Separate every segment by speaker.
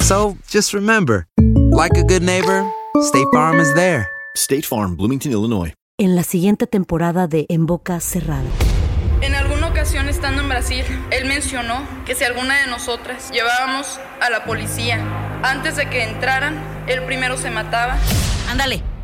Speaker 1: So just remember, like a good neighbor, State Farm is there.
Speaker 2: State Farm, Bloomington, Illinois.
Speaker 3: En la siguiente temporada de En Boca Cerrada.
Speaker 4: En alguna ocasión estando en Brasil, él mencionó que si alguna de nosotras llevábamos a la policía antes de que entraran, él primero se mataba.
Speaker 3: Ándale,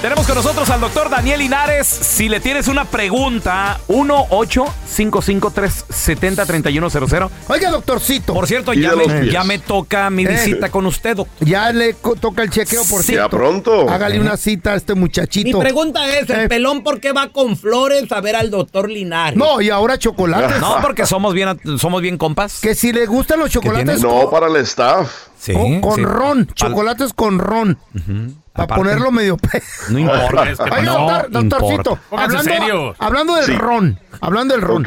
Speaker 5: Tenemos con nosotros al doctor Daniel Linares. Si le tienes una pregunta, 1 855 370 3100
Speaker 6: Oiga, doctorcito.
Speaker 5: Por cierto,
Speaker 6: Y de
Speaker 5: ya
Speaker 6: los
Speaker 5: me,
Speaker 6: pies.
Speaker 5: ya me toca mi
Speaker 6: Eh.
Speaker 5: visita con usted, doctor.
Speaker 6: Ya le co- toca el chequeo, por
Speaker 5: Sí.
Speaker 6: cierto.
Speaker 5: Ya pronto.
Speaker 6: Hágale una cita a este
Speaker 7: Mi
Speaker 6: muchachito.
Speaker 7: pregunta es, ¿el
Speaker 6: Eh.
Speaker 7: pelón por qué va con flores a ver al doctor Linares?
Speaker 6: No, y ahora chocolates.
Speaker 5: No, porque somos bien, somos bien compas.
Speaker 6: Que si le gustan los chocolates
Speaker 8: No, para el staff.
Speaker 6: con, con
Speaker 5: sí.
Speaker 6: ron,
Speaker 5: Pal-
Speaker 6: chocolates con ron. Para
Speaker 5: Aparte.
Speaker 6: ponerlo medio pe...
Speaker 5: No importa. este,
Speaker 6: Oiga,
Speaker 5: no
Speaker 6: doctor- doctorcito,
Speaker 5: importa.
Speaker 6: hablando, hablando del
Speaker 5: Sí.
Speaker 6: ron, hablando del ron.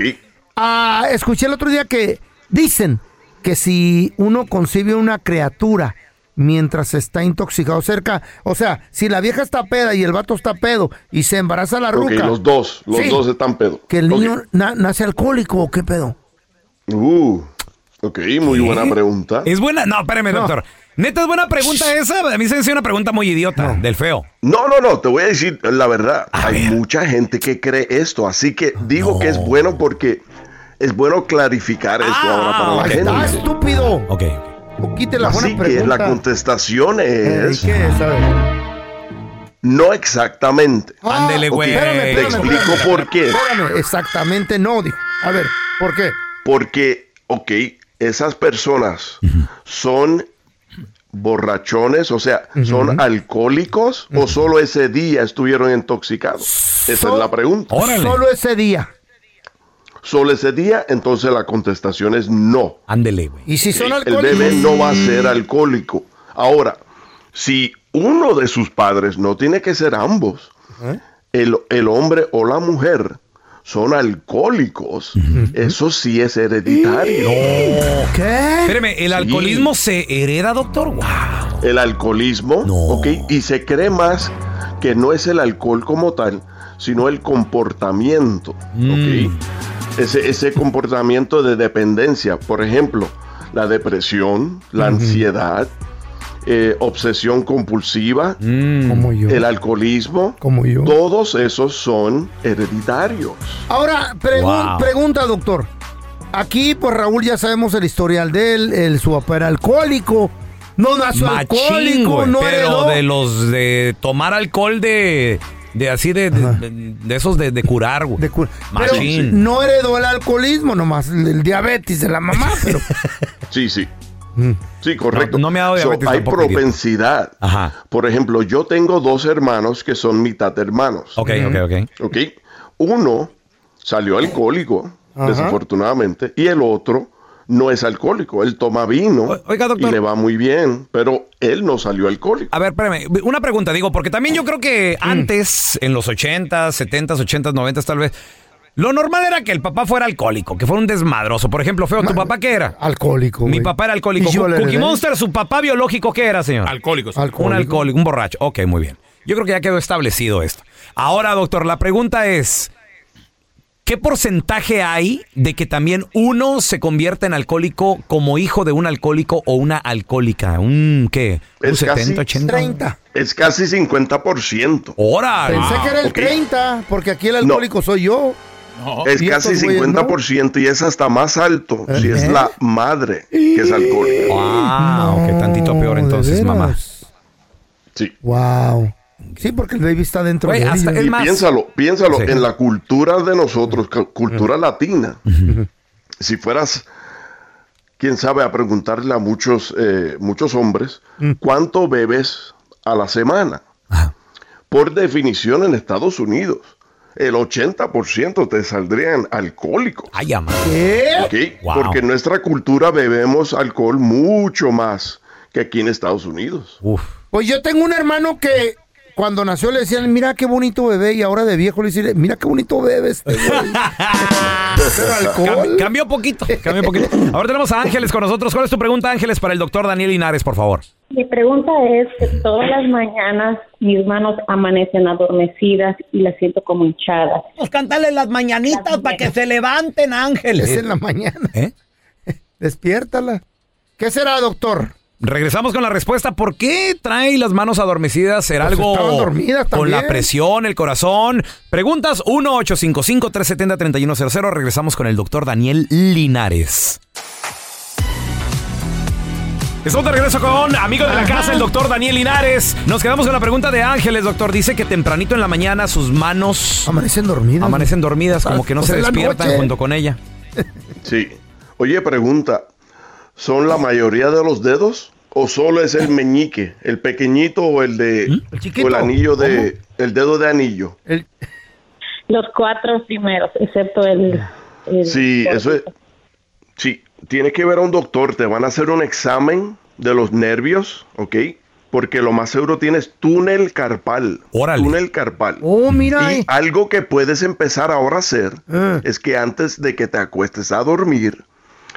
Speaker 6: Ah, escuché el otro día que dicen que si uno concibe una criatura mientras está intoxicado cerca, o sea, si la vieja está peda y el vato está pedo y se embaraza la
Speaker 8: Ok,
Speaker 6: ruca,
Speaker 8: los dos, los
Speaker 6: Sí.
Speaker 8: dos están pedo.
Speaker 6: que el
Speaker 8: Ok.
Speaker 6: niño na- nace alcohólico o qué pedo.
Speaker 8: Uh, ok, muy
Speaker 5: ¿Qué?
Speaker 8: buena pregunta.
Speaker 5: Es buena. No, espérame,
Speaker 8: No.
Speaker 5: doctor. Neta, es buena pregunta esa. A mí se me hace una pregunta muy idiota, del feo.
Speaker 8: No, no, no, te voy a decir la verdad. Hay mucha gente que cree esto, así que digo que es bueno porque es bueno clarificar esto ahora para la
Speaker 6: ahí
Speaker 8: gente.
Speaker 6: está, estúpido.
Speaker 5: Ah, Ok.
Speaker 6: Quite la
Speaker 8: Así
Speaker 6: buena
Speaker 8: que la
Speaker 6: pregunta.
Speaker 8: contestación es
Speaker 6: ¿Qué es? A ver.
Speaker 8: no exactamente.
Speaker 6: Ándele,
Speaker 8: Ok,
Speaker 6: güey. Espérame,
Speaker 8: Te
Speaker 6: espérame,
Speaker 8: explico
Speaker 6: espérame.
Speaker 8: por qué.
Speaker 6: Ah, Espérame, exactamente no, dijo. A ver, ¿por qué?
Speaker 8: Porque, ok, esas personas son borrachones, o sea, ¿son alcohólicos o solo ese día estuvieron intoxicados? Esa es la pregunta.
Speaker 6: Solo ese día.
Speaker 8: Solo ese día, entonces la contestación es no.
Speaker 5: Ándele, güey.
Speaker 6: ¿Y si son
Speaker 8: El
Speaker 6: alcohólicos?
Speaker 8: bebé no va a ser alcohólico. Ahora, si uno de sus padres, no tiene que ser ambos,
Speaker 6: ¿Eh?
Speaker 8: el, el hombre o la mujer son alcohólicos, eso sí es hereditario.
Speaker 6: ¿Qué?
Speaker 5: Espérame, ¿el alcoholismo se hereda, doctor?
Speaker 8: el alcoholismo, ¿ok? Y se cree más que no es el alcohol como tal, sino el comportamiento, ¿ok? Ese, ese comportamiento de dependencia, por ejemplo, la depresión, la ansiedad, eh, obsesión compulsiva,
Speaker 5: Mm,
Speaker 8: el alcoholismo, todos esos son hereditarios.
Speaker 6: Ahora, pregu-
Speaker 8: Wow.
Speaker 6: pregunta, doctor. Aquí, pues Raúl, ya sabemos el historial de él, el, su papá era alcohólico. No nació
Speaker 5: Machín,
Speaker 6: alcohólico,
Speaker 5: güey,
Speaker 6: no
Speaker 5: Pero
Speaker 6: heredó.
Speaker 5: de los de tomar alcohol de. De así de, de, de- de esos de, de curar, güey. De
Speaker 6: Pero
Speaker 5: Machín.
Speaker 6: no heredó el alcoholismo, nomás el, el diabetes de la mamá, pero
Speaker 8: Sí, sí.
Speaker 9: Sí, correcto.
Speaker 5: No, no me ha dado
Speaker 9: So,
Speaker 5: diabetes
Speaker 9: hay
Speaker 5: tampoco, idiota.
Speaker 9: propensidad. Por ejemplo, yo tengo dos hermanos que son mitad hermanos.
Speaker 5: Ok, ok, ok.
Speaker 9: Ok. Uno salió alcohólico,
Speaker 5: Ajá.
Speaker 9: desafortunadamente, y el otro no es alcohólico. Él toma vino y le va muy bien, pero él no salió alcohólico.
Speaker 5: A ver, espérame, una pregunta, digo, porque también yo creo que
Speaker 6: Mm.
Speaker 5: antes, en los 80s, 70s, 80s, 90s tal vez, lo normal era que el papá fuera alcohólico, que fuera un desmadroso. Por ejemplo, Feo, ¿tu papá qué era?
Speaker 6: Alcohólico.
Speaker 5: Mi
Speaker 6: Ah, güey.
Speaker 5: papá era alcohólico.
Speaker 6: Y yo
Speaker 5: Cu-
Speaker 6: le
Speaker 5: Cookie
Speaker 6: heredé.
Speaker 5: Monster, su papá biológico, ¿qué era, señor? Alcohólico. Un alcohólico, un borracho. Ok, muy bien. Yo creo que ya quedó establecido esto. Ahora, doctor, la pregunta es, ¿qué porcentaje hay de que también uno se convierta en alcohólico como hijo de un alcohólico o una alcohólica? ¿Un qué? ¿Un
Speaker 9: Es casi
Speaker 5: 70, 80?
Speaker 9: 30. Es casi 50%.
Speaker 5: ¡Hora!
Speaker 6: Pensé que era el
Speaker 9: Ok.
Speaker 6: 30, porque aquí el alcohólico soy yo.
Speaker 9: Es
Speaker 6: Y
Speaker 9: casi
Speaker 6: estos güeyes, ¿no?
Speaker 9: 50% y es hasta más alto si es la madre que es alcohólica.
Speaker 5: Ah, ok, tantito peor entonces, mamá.
Speaker 9: Sí.
Speaker 6: Wow. Sí, porque el baby está dentro de ella.
Speaker 9: Y piénsalo, piénsalo, en la cultura de nosotros, cu- cultura latina, si fueras, quién sabe, a preguntarle a muchos, eh, muchos hombres, ¿cuánto bebes a la semana? Por definición en Estados Unidos, el 80% te saldrían alcohólicos.
Speaker 5: Ay, ama.
Speaker 9: Ok,
Speaker 5: Wow.
Speaker 9: Porque en nuestra cultura bebemos alcohol mucho más que aquí en Estados Unidos.
Speaker 6: Pues yo tengo un hermano que cuando nació le decían, mira qué bonito bebé, y ahora de viejo le dicen, mira qué bonito bebé este güey".
Speaker 5: Cam- cambió poquito, cambió poquito. Ahora tenemos a Ángeles con nosotros. ¿Cuál es tu pregunta, Ángeles, para el doctor Daniel Linares, por favor?
Speaker 10: Mi pregunta es que todas las mañanas mis manos amanecen adormecidas y las siento como hinchadas.
Speaker 7: Pues cántale las mañanitas para que se levanten, Ángeles.
Speaker 5: Eh,
Speaker 6: Es en la mañana. Despiértala. ¿Qué será, doctor?
Speaker 5: Regresamos con la respuesta. ¿Por qué trae las manos adormecidas? ¿Será
Speaker 6: Pues
Speaker 5: algo
Speaker 6: estaban dormidas
Speaker 5: con la
Speaker 6: también.
Speaker 5: presión, el corazón? Preguntas 1-855-370-3100. Regresamos con el doctor Daniel Linares. Estamos de regreso con amigo de la casa, el doctor Daniel Linares. Nos quedamos con la pregunta de Ángeles, doctor. Dice que tempranito en la mañana sus manos
Speaker 6: amanecen dormidas.
Speaker 5: Amanecen dormidas, como que no
Speaker 9: Pues
Speaker 5: se
Speaker 9: en la
Speaker 5: despiertan
Speaker 9: noche.
Speaker 5: junto con ella.
Speaker 9: Sí. Oye, pregunta, ¿son la mayoría de los dedos o solo es el meñique, el pequeñito o el de o el anillo de el dedo de anillo?
Speaker 10: Los cuatro primeros, excepto el... el-
Speaker 9: Sí, eso es. Sí, tienes que ver a un doctor, te van a hacer un examen de los nervios, ¿ok? Porque lo más seguro tienes túnel carpal. Túnel carpal.
Speaker 6: Oh, mira.
Speaker 9: Y algo que puedes empezar ahora a hacer
Speaker 6: Ah.
Speaker 9: es que antes de que te acuestes a dormir,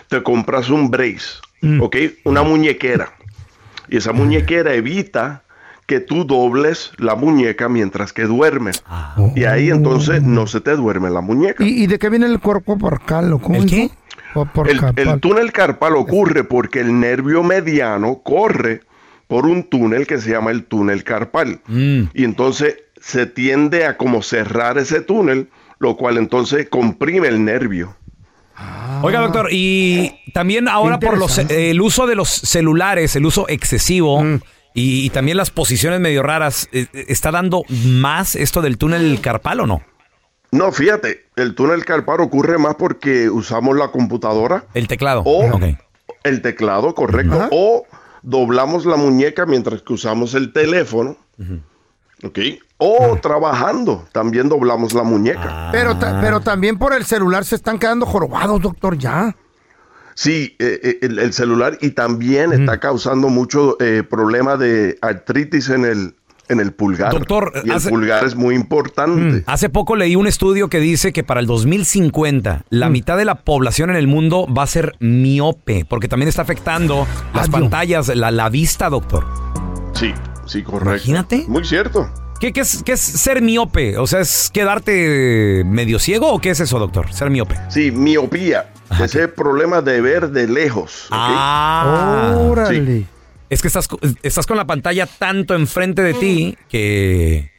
Speaker 9: te compras un brace,
Speaker 6: Mm.
Speaker 9: ¿ok? Una muñequera. Y esa muñequera evita que tú dobles la muñeca mientras que duermes. Y ahí entonces no se te duerme la muñeca.
Speaker 6: Ah. ¿Y, y de qué viene el cuerpo porcal? ¿Cómo ¿El qué? Por
Speaker 9: El, el túnel carpal ocurre porque el nervio mediano corre por un túnel que se llama el túnel carpal.
Speaker 5: Mm.
Speaker 9: Y entonces se tiende a como cerrar ese túnel, lo cual entonces comprime el nervio.
Speaker 5: Oiga, doctor, y también ahora por los, eh, el uso de los celulares, el uso excesivo y, y también las posiciones medio raras, eh, eh, ¿está dando más esto del túnel carpal o no?
Speaker 9: No, fíjate, el túnel carpal ocurre más porque usamos la computadora.
Speaker 5: El teclado.
Speaker 9: O el teclado, correcto. O doblamos la muñeca mientras que usamos el teléfono. ¿Ok? O trabajando, también doblamos la muñeca.
Speaker 6: Pero, ta-
Speaker 5: Ah.
Speaker 6: pero también por el celular se están quedando jorobados, doctor, ya.
Speaker 9: Sí, eh, eh, el, el celular y también está causando mucho eh, problema de artritis en el, en el pulgar.
Speaker 5: Doctor,
Speaker 9: y el
Speaker 5: hace- Mm.
Speaker 9: pulgar es muy importante.
Speaker 5: Hace poco leí un estudio que dice que para el 2050 la mitad de la población en el mundo va a ser miope, porque también está afectando las pantallas, la, la vista, doctor.
Speaker 9: Sí, sí, correcto.
Speaker 5: Imagínate.
Speaker 9: Muy cierto.
Speaker 5: ¿Qué, qué es, qué es ser miope? O sea, ¿es quedarte medio ciego o qué es eso, doctor? Ser miope.
Speaker 9: Sí, miopía. Ese problema de ver de lejos. ¿ok?
Speaker 5: Ah.
Speaker 6: Órale.
Speaker 5: Es que estás, co- estás con la pantalla tanto enfrente de ti que,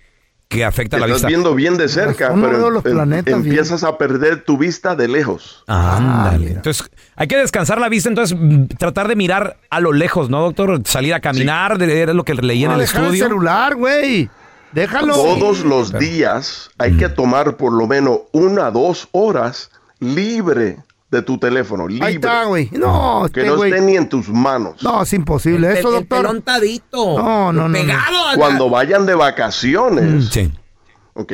Speaker 5: que afecta la
Speaker 9: Te
Speaker 5: vista.
Speaker 9: estás viendo bien de cerca,
Speaker 5: razón no
Speaker 9: pero
Speaker 5: veo los
Speaker 9: em-
Speaker 5: planetas bien.
Speaker 9: empiezas a perder tu vista de lejos.
Speaker 5: Ah,
Speaker 6: Ah,
Speaker 5: Ándale. entonces, hay que descansar la vista, entonces mm, tratar de mirar a lo lejos, ¿no, doctor? Salir a caminar, de leer lo que leí en
Speaker 6: No,
Speaker 5: el
Speaker 6: deja
Speaker 5: estudio.
Speaker 6: celular, güey. Déjalo.
Speaker 9: Todos los
Speaker 5: Mm.
Speaker 9: días hay que tomar por lo menos una, dos horas libre de tu teléfono, libre.
Speaker 6: Ahí está, güey. No,
Speaker 9: que
Speaker 6: este
Speaker 9: no
Speaker 6: güey.
Speaker 9: esté ni en tus manos.
Speaker 6: No, es imposible. Eso,
Speaker 9: el
Speaker 6: doctor.
Speaker 9: pelón
Speaker 6: No, no, no. no.
Speaker 9: Cuando vayan de
Speaker 5: Mm,
Speaker 9: vacaciones, ¿ok?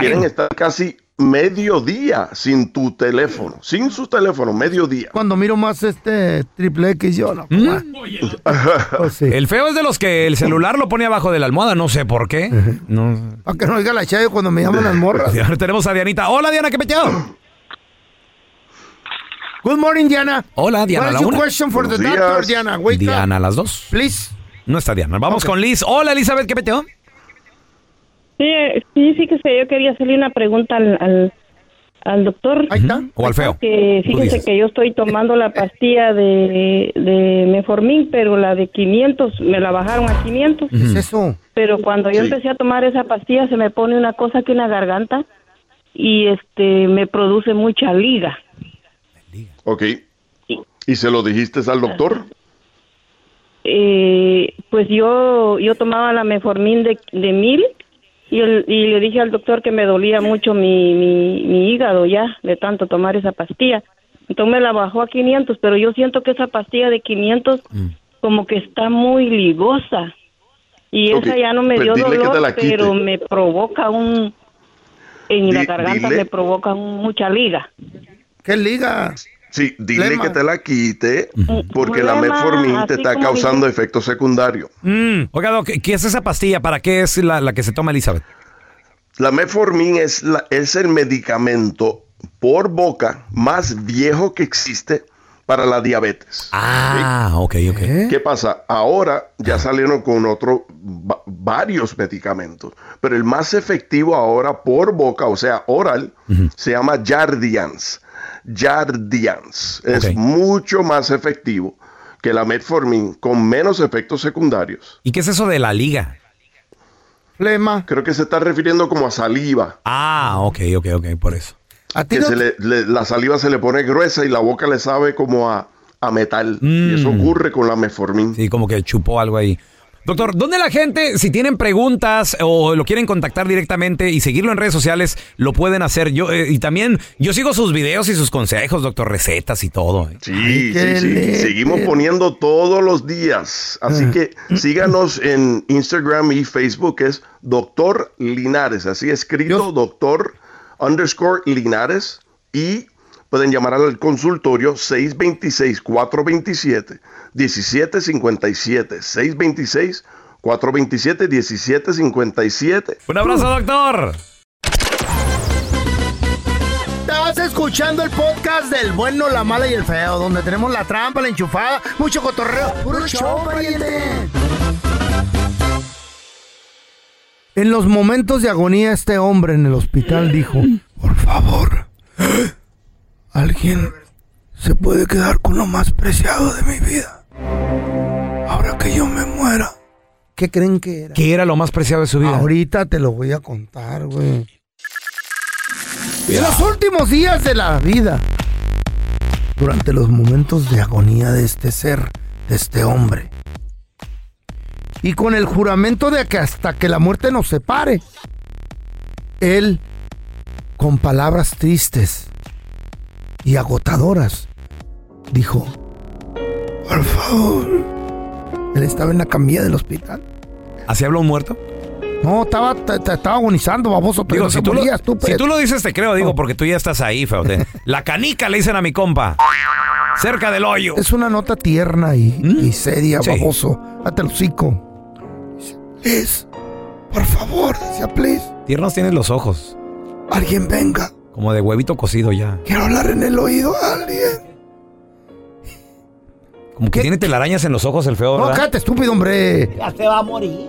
Speaker 9: Quieren estar casi mediodía sin tu teléfono, sin su teléfono, mediodía.
Speaker 6: Cuando miro más este triple X, yo no.
Speaker 5: ¿Mm?
Speaker 6: Pues
Speaker 5: El feo es de los que el celular lo pone abajo de la almohada, no sé por qué. No.
Speaker 6: Para que no oiga la chave cuando me llaman las morras.
Speaker 5: Ahora tenemos a Dianita. Hola, Diana, ¿qué peteado?
Speaker 6: Good morning, Diana.
Speaker 5: Hola, Oh, Diana.
Speaker 6: What
Speaker 5: la
Speaker 6: is your
Speaker 5: una.
Speaker 6: question for the
Speaker 5: Buenos
Speaker 6: doctor,
Speaker 5: días.
Speaker 6: Diana? Wake
Speaker 5: Diana,
Speaker 6: up.
Speaker 5: las dos.
Speaker 6: Please.
Speaker 5: No está Diana. Vamos con Liz. Hola, Elizabeth, ¿qué peteó?
Speaker 11: Sí, eh, sí, sí que sé. Yo quería hacerle una pregunta al, al, al doctor.
Speaker 5: Ahí está. O al feo.
Speaker 11: Que
Speaker 5: Tú
Speaker 11: fíjese
Speaker 5: dices.
Speaker 11: que yo estoy tomando la pastilla de, de Meformin, pero la de 500, me la bajaron a 500.
Speaker 6: ¿Qué es eso?
Speaker 11: Pero cuando yo
Speaker 6: Sí.
Speaker 11: empecé a tomar esa pastilla se me pone una cosa que una garganta y este me produce mucha liga.
Speaker 9: ¿Ok? ¿Y se lo dijiste al doctor?
Speaker 11: Eh, pues yo yo tomaba la meformin de, de mil y, el- y le dije al doctor que me dolía mucho mi, mi, mi hígado ya de tanto tomar esa pastilla. Entonces me la bajó a 500, pero yo siento que esa pastilla de 500
Speaker 9: Mm.
Speaker 11: como que está muy ligosa. Y
Speaker 9: Ok,
Speaker 11: esa ya no me
Speaker 9: pues
Speaker 11: dio
Speaker 9: dile que te
Speaker 11: dolor,
Speaker 9: la quite.
Speaker 11: pero me provoca un... En la
Speaker 9: Di-
Speaker 11: garganta
Speaker 9: dile-
Speaker 11: me provoca un- mucha liga.
Speaker 6: ¿Qué liga?
Speaker 9: Sí, dile
Speaker 11: Lema.
Speaker 9: que te la quite porque la
Speaker 11: Lema,
Speaker 9: metformina te
Speaker 11: así
Speaker 9: está
Speaker 11: como
Speaker 9: causando efectos secundarios.
Speaker 5: Mm, Oiga, Doc, ¿qué es esa pastilla? ¿Para qué es la, la que se toma Elizabeth?
Speaker 9: La metformin es, la- es el medicamento por boca más viejo que existe para la diabetes.
Speaker 5: Ah, ok, ok.
Speaker 9: ¿Qué pasa? Ahora ya salieron con otro, va- varios medicamentos, pero el más efectivo ahora por boca, o sea, oral, se llama Jardiance. Jardiance es mucho más efectivo que la metformin con menos efectos secundarios.
Speaker 5: ¿Y qué es eso de la liga?
Speaker 6: Flema.
Speaker 9: Creo que se está refiriendo como a saliva.
Speaker 5: Ah, ok, ok, ok, por eso.
Speaker 9: que se le- le- la saliva se le pone gruesa y la boca le sabe como a, a metal. Y eso ocurre con la metformin.
Speaker 5: Sí, como que chupó algo ahí. Doctor, ¿dónde la gente, si tienen preguntas o lo quieren contactar directamente y seguirlo en redes sociales, lo pueden hacer? Yo eh, Y también, yo sigo sus videos y sus consejos, doctor, recetas y todo. eh.
Speaker 9: Sí,
Speaker 5: qué
Speaker 9: sí, sí.
Speaker 5: le-
Speaker 9: Seguimos poniendo todos los días. Así que síganos en Instagram y Facebook, que es Doctor Linares. Así escrito, Doctor underscore Linares. Y pueden llamar al consultorio 626-427-1757. 626-427-1757.
Speaker 5: Un abrazo, doctor.
Speaker 6: Estás escuchando el podcast del bueno, la mala y el feo, donde tenemos la trampa, la enchufada, mucho cotorreo. ¡Puro show, pariente! En los momentos de agonía, este hombre en el hospital dijo: Por favor, alguien se puede quedar con lo más preciado de mi vida. Ahora que yo me muera. ¿Qué creen que era?
Speaker 5: ¿Qué era lo más preciado de su vida?
Speaker 6: Ahorita te lo voy a contar, güey. En los últimos días de la vida, durante los momentos de agonía de este ser, de este hombre, y con el juramento de que hasta que la muerte nos separe, él, con palabras tristes y agotadoras, dijo, por favor, él estaba en la camilla del hospital.
Speaker 5: ¿Así habla un muerto?
Speaker 6: No, estaba, te- te estaba agonizando, baboso. pero
Speaker 5: Digo,
Speaker 6: no
Speaker 5: si
Speaker 6: te
Speaker 5: tú, lo,
Speaker 6: morías, tú,
Speaker 5: si
Speaker 6: pues.
Speaker 5: tú lo dices, te creo, digo, porque tú ya estás ahí, feo. Te- La canica le dicen a mi compa. Cerca del hoyo.
Speaker 6: Es una nota tierna y, y seria,
Speaker 5: ¿Mm? Sí.
Speaker 6: baboso. Hasta el hocico. Dice, Please, por favor, decía please.
Speaker 5: Tiernos tienes los ojos.
Speaker 6: Alguien venga.
Speaker 5: Como de huevito cocido ya.
Speaker 6: Quiero hablar en el oído a alguien.
Speaker 5: Como que tiene telarañas en los ojos el feo,
Speaker 6: No,
Speaker 5: ¿verdad?
Speaker 6: cállate, estúpido, hombre.
Speaker 7: Ya se va a morir.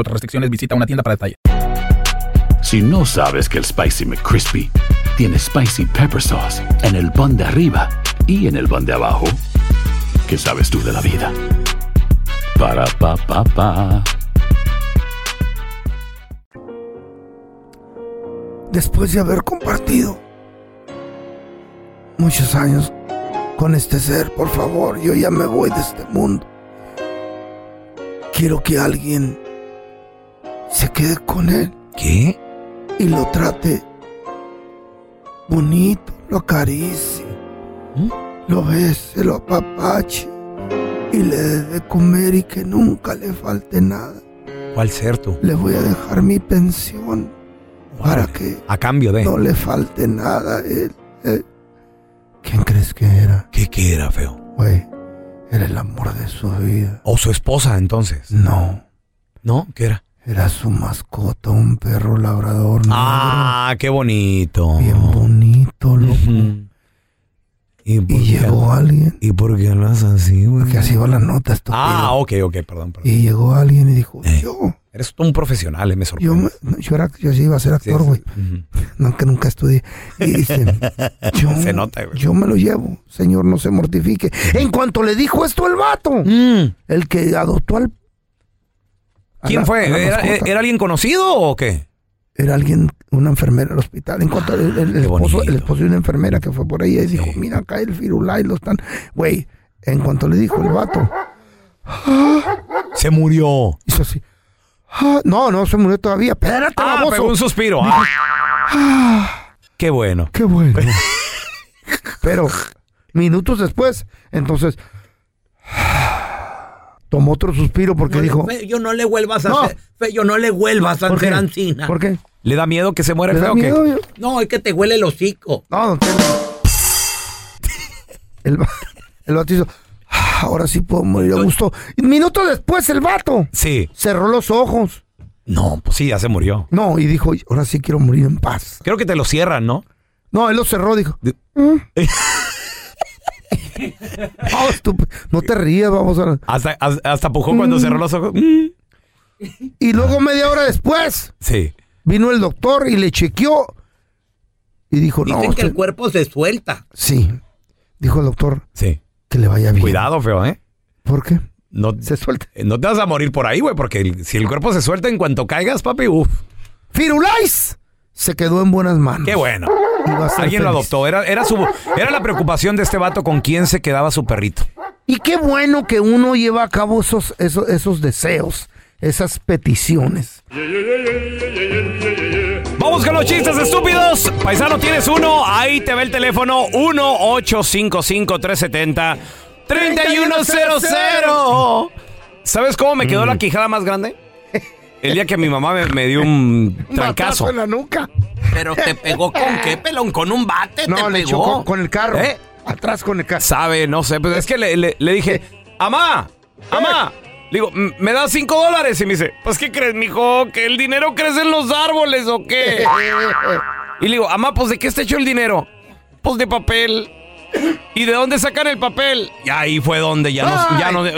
Speaker 12: otras restricciones. Visita una tienda para detalle.
Speaker 13: Si no sabes que el Spicy McCrispy tiene Spicy Pepper Sauce en el pan de arriba y en el pan de abajo, ¿qué sabes tú de la vida? Para, pa, pa, pa.
Speaker 6: Después de haber compartido muchos años con este ser, por favor, yo ya me voy de este mundo. Quiero que alguien se quede con él.
Speaker 5: ¿Qué?
Speaker 6: Y lo trate bonito, lo acaricie, lo bese, lo apapache y le dé de comer y que nunca le falte nada.
Speaker 5: ¿Cuál ser tú?
Speaker 6: Le voy a dejar mi pensión para que
Speaker 5: A cambio de.
Speaker 6: no le falte nada a él. Eh, ¿Quién crees que era?
Speaker 5: ¿Qué, qué era, feo?
Speaker 6: Güey, era el amor de su vida.
Speaker 5: ¿O su esposa entonces?
Speaker 6: No.
Speaker 5: ¿No? ¿Qué era?
Speaker 6: Era su mascota, un perro labrador. ¿no?
Speaker 5: Ah, qué bonito. Bien
Speaker 6: bonito,
Speaker 5: loco. ¿Y, por qué-
Speaker 6: llegó alguien.
Speaker 5: ¿Y por qué hablas así, güey?
Speaker 6: Porque así va la nota, estúpido.
Speaker 5: Ah, ok, ok, perdón, perdón.
Speaker 6: Y llegó alguien y dijo,
Speaker 5: Eres un profesional, eh, me sorprende.
Speaker 6: yo, me- no, yo, era, yo sí iba a ser actor, güey. No, que nunca estudié. Y dice, yo,
Speaker 5: Se nota, güey.
Speaker 6: yo me lo llevo, señor, no se mortifique. En cuanto le dijo esto el vato, el que adoptó al... a
Speaker 5: Mm, ¿Quién
Speaker 6: la-
Speaker 5: fue?
Speaker 6: a la
Speaker 5: ¿Era,
Speaker 6: mascota.
Speaker 5: era alguien conocido o qué?
Speaker 6: Era alguien, una enfermera del hospital. En
Speaker 5: Ah,
Speaker 6: cuanto el, el- el esposo, el esposo de una enfermera que fue por ahí, y dijo, mira acá el firulai, lo están... Güey, en cuanto le dijo el vato...
Speaker 5: Se murió.
Speaker 6: Hizo así. Ah, no, no, se murió todavía. Espérate,
Speaker 5: Ah,
Speaker 6: baboso.
Speaker 5: pegó un suspiro.
Speaker 6: Dijo, "Ah,
Speaker 5: Qué bueno.
Speaker 6: qué bueno. Pero minutos después, entonces... Tomó otro suspiro porque dijo...
Speaker 7: yo no le vuelvas a
Speaker 6: No.
Speaker 7: hacer. fe- yo no le vuelvas a
Speaker 6: ¿Por qué?
Speaker 7: hacer ansina.
Speaker 6: ¿Por qué?
Speaker 5: ¿Le da miedo que se muera el
Speaker 6: ¿Le da
Speaker 5: feo o qué?
Speaker 6: miedo?
Speaker 7: No, es que te huele el hocico.
Speaker 6: No, don Tela. El, va- el vato hizo. "Ah, Ahora sí puedo morir a gusto. Y Minutos después, el vato.
Speaker 5: Sí.
Speaker 6: Cerró los ojos.
Speaker 5: No, pues sí, ya se murió.
Speaker 6: No, y dijo, ahora sí quiero morir en paz.
Speaker 5: Creo que te lo cierran, ¿no?
Speaker 6: No, él lo cerró, dijo. "Mm". Oh, estúpido. No te rías, vamos a.
Speaker 5: Hasta, hasta, hasta pujó cuando
Speaker 6: Mm.
Speaker 5: cerró los ojos.
Speaker 6: Y luego, media hora después,
Speaker 5: Sí.
Speaker 6: vino el doctor y le chequeó. Y dijo, no.
Speaker 7: Dicen que
Speaker 6: usted-
Speaker 7: el cuerpo se suelta.
Speaker 6: Sí. Dijo el doctor.
Speaker 5: Sí.
Speaker 6: Que le vaya bien.
Speaker 5: Cuidado, feo, ¿eh?
Speaker 6: ¿Por qué?
Speaker 5: No, se
Speaker 6: suelta.
Speaker 5: No te vas a morir por ahí, güey, porque el- si el cuerpo se suelta en cuanto caigas, papi, uff.
Speaker 6: Firulais se quedó en buenas manos.
Speaker 5: Qué bueno.
Speaker 6: Iba a ser
Speaker 5: Alguien lo
Speaker 6: feliz.
Speaker 5: adoptó. Era, era, su, era la preocupación de este vato con quién se quedaba su perrito.
Speaker 6: Y qué bueno que uno lleva a cabo esos, esos, esos deseos, esas peticiones.
Speaker 5: Vamos con los chistes estúpidos. Paisano, tienes uno. Ahí te ve el teléfono. 1-855-370-3100. ¿Sabes cómo me
Speaker 6: Mm.
Speaker 5: quedó la quijada más grande? El día que mi mamá me, me dio un trancazo.
Speaker 6: Matazo en la nuca.
Speaker 5: Pero te pegó con qué pelón, con un bate
Speaker 6: No,
Speaker 5: te
Speaker 6: le
Speaker 5: pegó.
Speaker 6: chocó con el carro.
Speaker 5: ¿Eh?
Speaker 6: Atrás con el carro.
Speaker 5: Sabe, no sé, pues es que le, le- le dije, amá, amá. Le digo, "M- ¿me das cinco dólares? Y me dice, pues ¿qué crees, mijo? ¿Que el dinero crece en los árboles o qué? Y le digo, amá, pues ¿de qué está hecho el dinero? Pues de papel. ¿Y de dónde sacan el papel? Y ahí fue donde ya no... Ya no
Speaker 6: Toma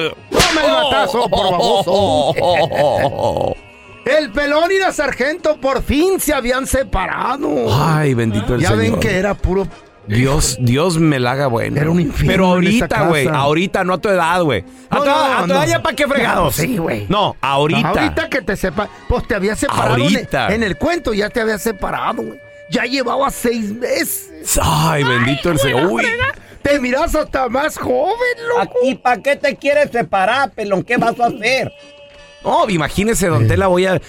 Speaker 6: el batazo, por baboso. El pelón y la sargento por fin se habían separado.
Speaker 5: Ay, bendito el
Speaker 6: ya
Speaker 5: Señor.
Speaker 6: ven que era puro.
Speaker 5: Dios, Dios me la haga bueno. Era un
Speaker 6: infierno en esa
Speaker 5: Pero ahorita,
Speaker 6: casa.
Speaker 5: güey, ahorita, no a tu edad, güey. A
Speaker 6: No,
Speaker 5: tu,
Speaker 6: no,
Speaker 5: a tu edad
Speaker 6: no.
Speaker 5: ya para qué fregados.
Speaker 6: Sí, güey.
Speaker 5: No, ahorita.
Speaker 6: Ahorita que te sepa, pues te había separado. en-
Speaker 5: Ahorita.
Speaker 6: En el cuento ya te había separado, güey. Ya llevaba seis meses.
Speaker 5: Ay, bendito el Señor. Uy.
Speaker 6: Te mirás hasta más joven,
Speaker 7: loco. ¿Y para qué te quieres separar, pelón? ¿Qué vas a hacer?
Speaker 5: No, imagínese, don Tela, voy a.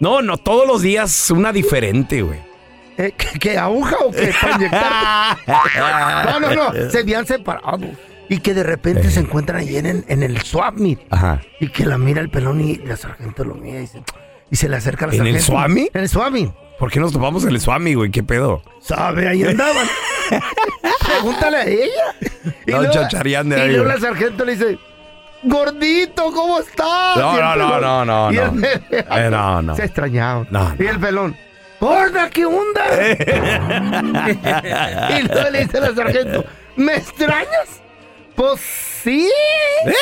Speaker 5: No, no, todos los días una diferente, güey.
Speaker 6: Eh, ¿qué, qué, aguja o qué? Para Ah. inyectarte? no, no, no. Se habían separado. Y que de repente se encuentran ahí en, en el swap meet.
Speaker 5: Eh. Ajá.
Speaker 6: Y que la mira el pelón y la sargento lo mira y dice, y se le acerca la
Speaker 5: ¿En el
Speaker 6: sargento.
Speaker 5: Swami?
Speaker 6: En el Swami.
Speaker 5: ¿Por qué nos topamos en el Swami, güey? ¿Qué pedo?
Speaker 6: Sabe, ahí andaban. Pregúntale a ella.
Speaker 5: No, chacharían de
Speaker 6: y
Speaker 5: ahí,
Speaker 6: luego
Speaker 5: güey.
Speaker 6: la sargento le dice, gordito, ¿cómo estás?
Speaker 5: No,
Speaker 6: Y el
Speaker 5: no, no,
Speaker 6: pelón-
Speaker 5: no, no,
Speaker 6: y el-
Speaker 5: no. Eh, no, no.
Speaker 6: Se extrañaba.
Speaker 5: No, Eh.
Speaker 6: Y el pelón, gorda, ¿qué onda? y luego le dice la sargento, ¿me extrañas? Pues sí.
Speaker 5: ¿Eh?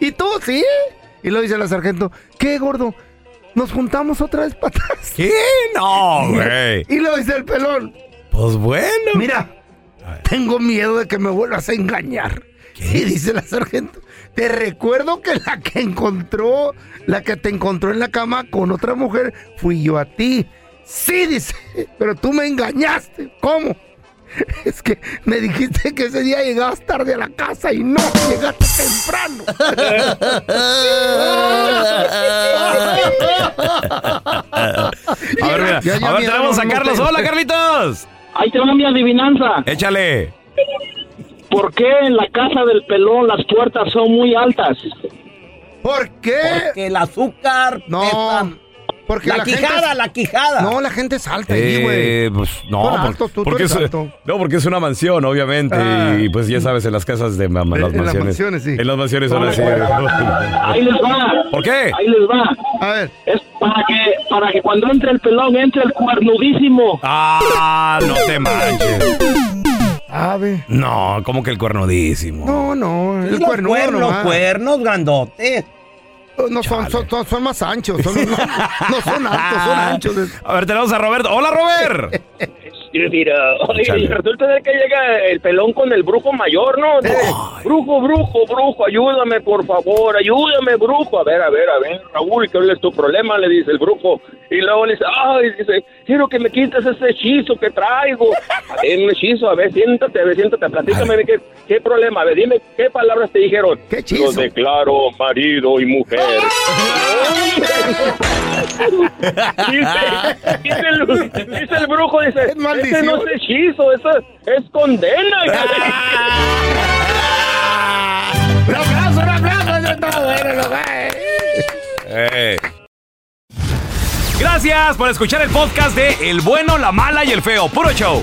Speaker 6: ¿Y tú sí? Y luego dice la sargento, ¿qué, gordo? ¿Nos juntamos otra vez para atrás?
Speaker 5: ¿Qué? No, güey.
Speaker 6: Y luego dice el pelón,
Speaker 5: Pues bueno.
Speaker 6: Mira, tengo miedo de que me vuelvas a engañar. Y dice la sargento, te recuerdo que la que encontró, la que te encontró en la cama con otra mujer, fui yo a ti. Sí, dice, pero tú me engañaste. ¿Cómo? Es que me dijiste que ese día llegabas tarde a la casa y no, llegaste temprano.
Speaker 5: A ver, mira.
Speaker 8: Ya, ya
Speaker 5: a ver,
Speaker 8: vieron
Speaker 5: tenemos a
Speaker 8: los
Speaker 5: Carlos.
Speaker 8: moteros.
Speaker 5: Hola, Carlitos.
Speaker 8: Ahí te va mi adivinanza.
Speaker 5: Échale.
Speaker 8: ¿Por qué en la casa del pelón las puertas son muy altas?
Speaker 6: ¿Por qué?
Speaker 7: Porque el azúcar.
Speaker 6: No. Porque
Speaker 7: la,
Speaker 6: la gente
Speaker 7: quijada,
Speaker 6: es-
Speaker 7: la quijada.
Speaker 6: No, la gente salta ahí, güey.
Speaker 5: Eh, pues no,
Speaker 6: Pon
Speaker 5: por-
Speaker 6: alto, tú, tú
Speaker 5: porque
Speaker 6: eres
Speaker 5: es,
Speaker 6: alto. Ah.
Speaker 5: no, porque es una mansión, obviamente. Y pues ya sabes, en las casas de mamá, las
Speaker 6: en las
Speaker 5: mansiones.
Speaker 6: mansiones, sí.
Speaker 5: En las mansiones son así.
Speaker 8: Ahí les va.
Speaker 5: ¿Por qué?
Speaker 8: Ahí les va.
Speaker 6: A ver.
Speaker 8: Es para que, para que cuando entre el pelón entre el cuernudísimo.
Speaker 5: Ah, no te manches.
Speaker 6: Ave.
Speaker 5: No, como que el cuernudísimo.
Speaker 6: No, no, el
Speaker 7: los
Speaker 6: cuerno.
Speaker 7: cuernos, cuernos
Speaker 6: grandotes. No son, son, son- son más anchos, son, no, no son altos,
Speaker 7: Ah.
Speaker 6: son anchos.
Speaker 5: A ver, tenemos a Roberto. Hola, Robert.
Speaker 8: Mira, oye,
Speaker 5: Échale.
Speaker 8: resulta de que llega el pelón con el brujo mayor, ¿no? Brujo, brujo, brujo, ayúdame, por favor, ayúdame, brujo. A ver, a ver, a ver, Raúl, ¿cuál es tu problema? Le dice el brujo. Y luego le dice, ay, dice, quiero que me quites ese hechizo que traigo. A ver, un hechizo, a ver, siéntate, a ver, siéntate, platícame de qué, qué problema. A ver, dime, ¿qué palabras te dijeron? ¿Qué hechizo? Los declaro marido y mujer. dice, dice el, dice el brujo, dice, ese no es hechizo, eso es condena.
Speaker 6: Un aplauso, un aplauso, eso es todo, bueno, lo eh. va, eh.
Speaker 5: Ey. Gracias por escuchar el podcast de El bueno, la mala y el feo. Puro show.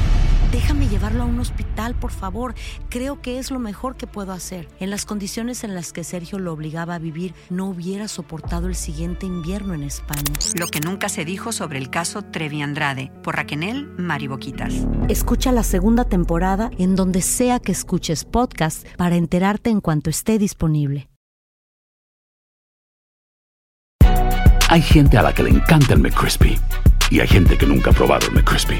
Speaker 3: Déjame llevarlo a un hospital, por favor. Creo que es lo mejor que puedo hacer. En las condiciones en las que Sergio lo obligaba a vivir, no hubiera soportado el siguiente invierno en España.
Speaker 14: Lo que nunca se dijo sobre el caso Trevi Andrade por Raquel Mariboquitas.
Speaker 3: Escucha la segunda temporada en donde sea que escuches podcast para enterarte en cuanto esté disponible.
Speaker 13: Hay gente a la que le encanta el McCrispy y hay gente que nunca ha probado el McCrispy.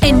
Speaker 15: En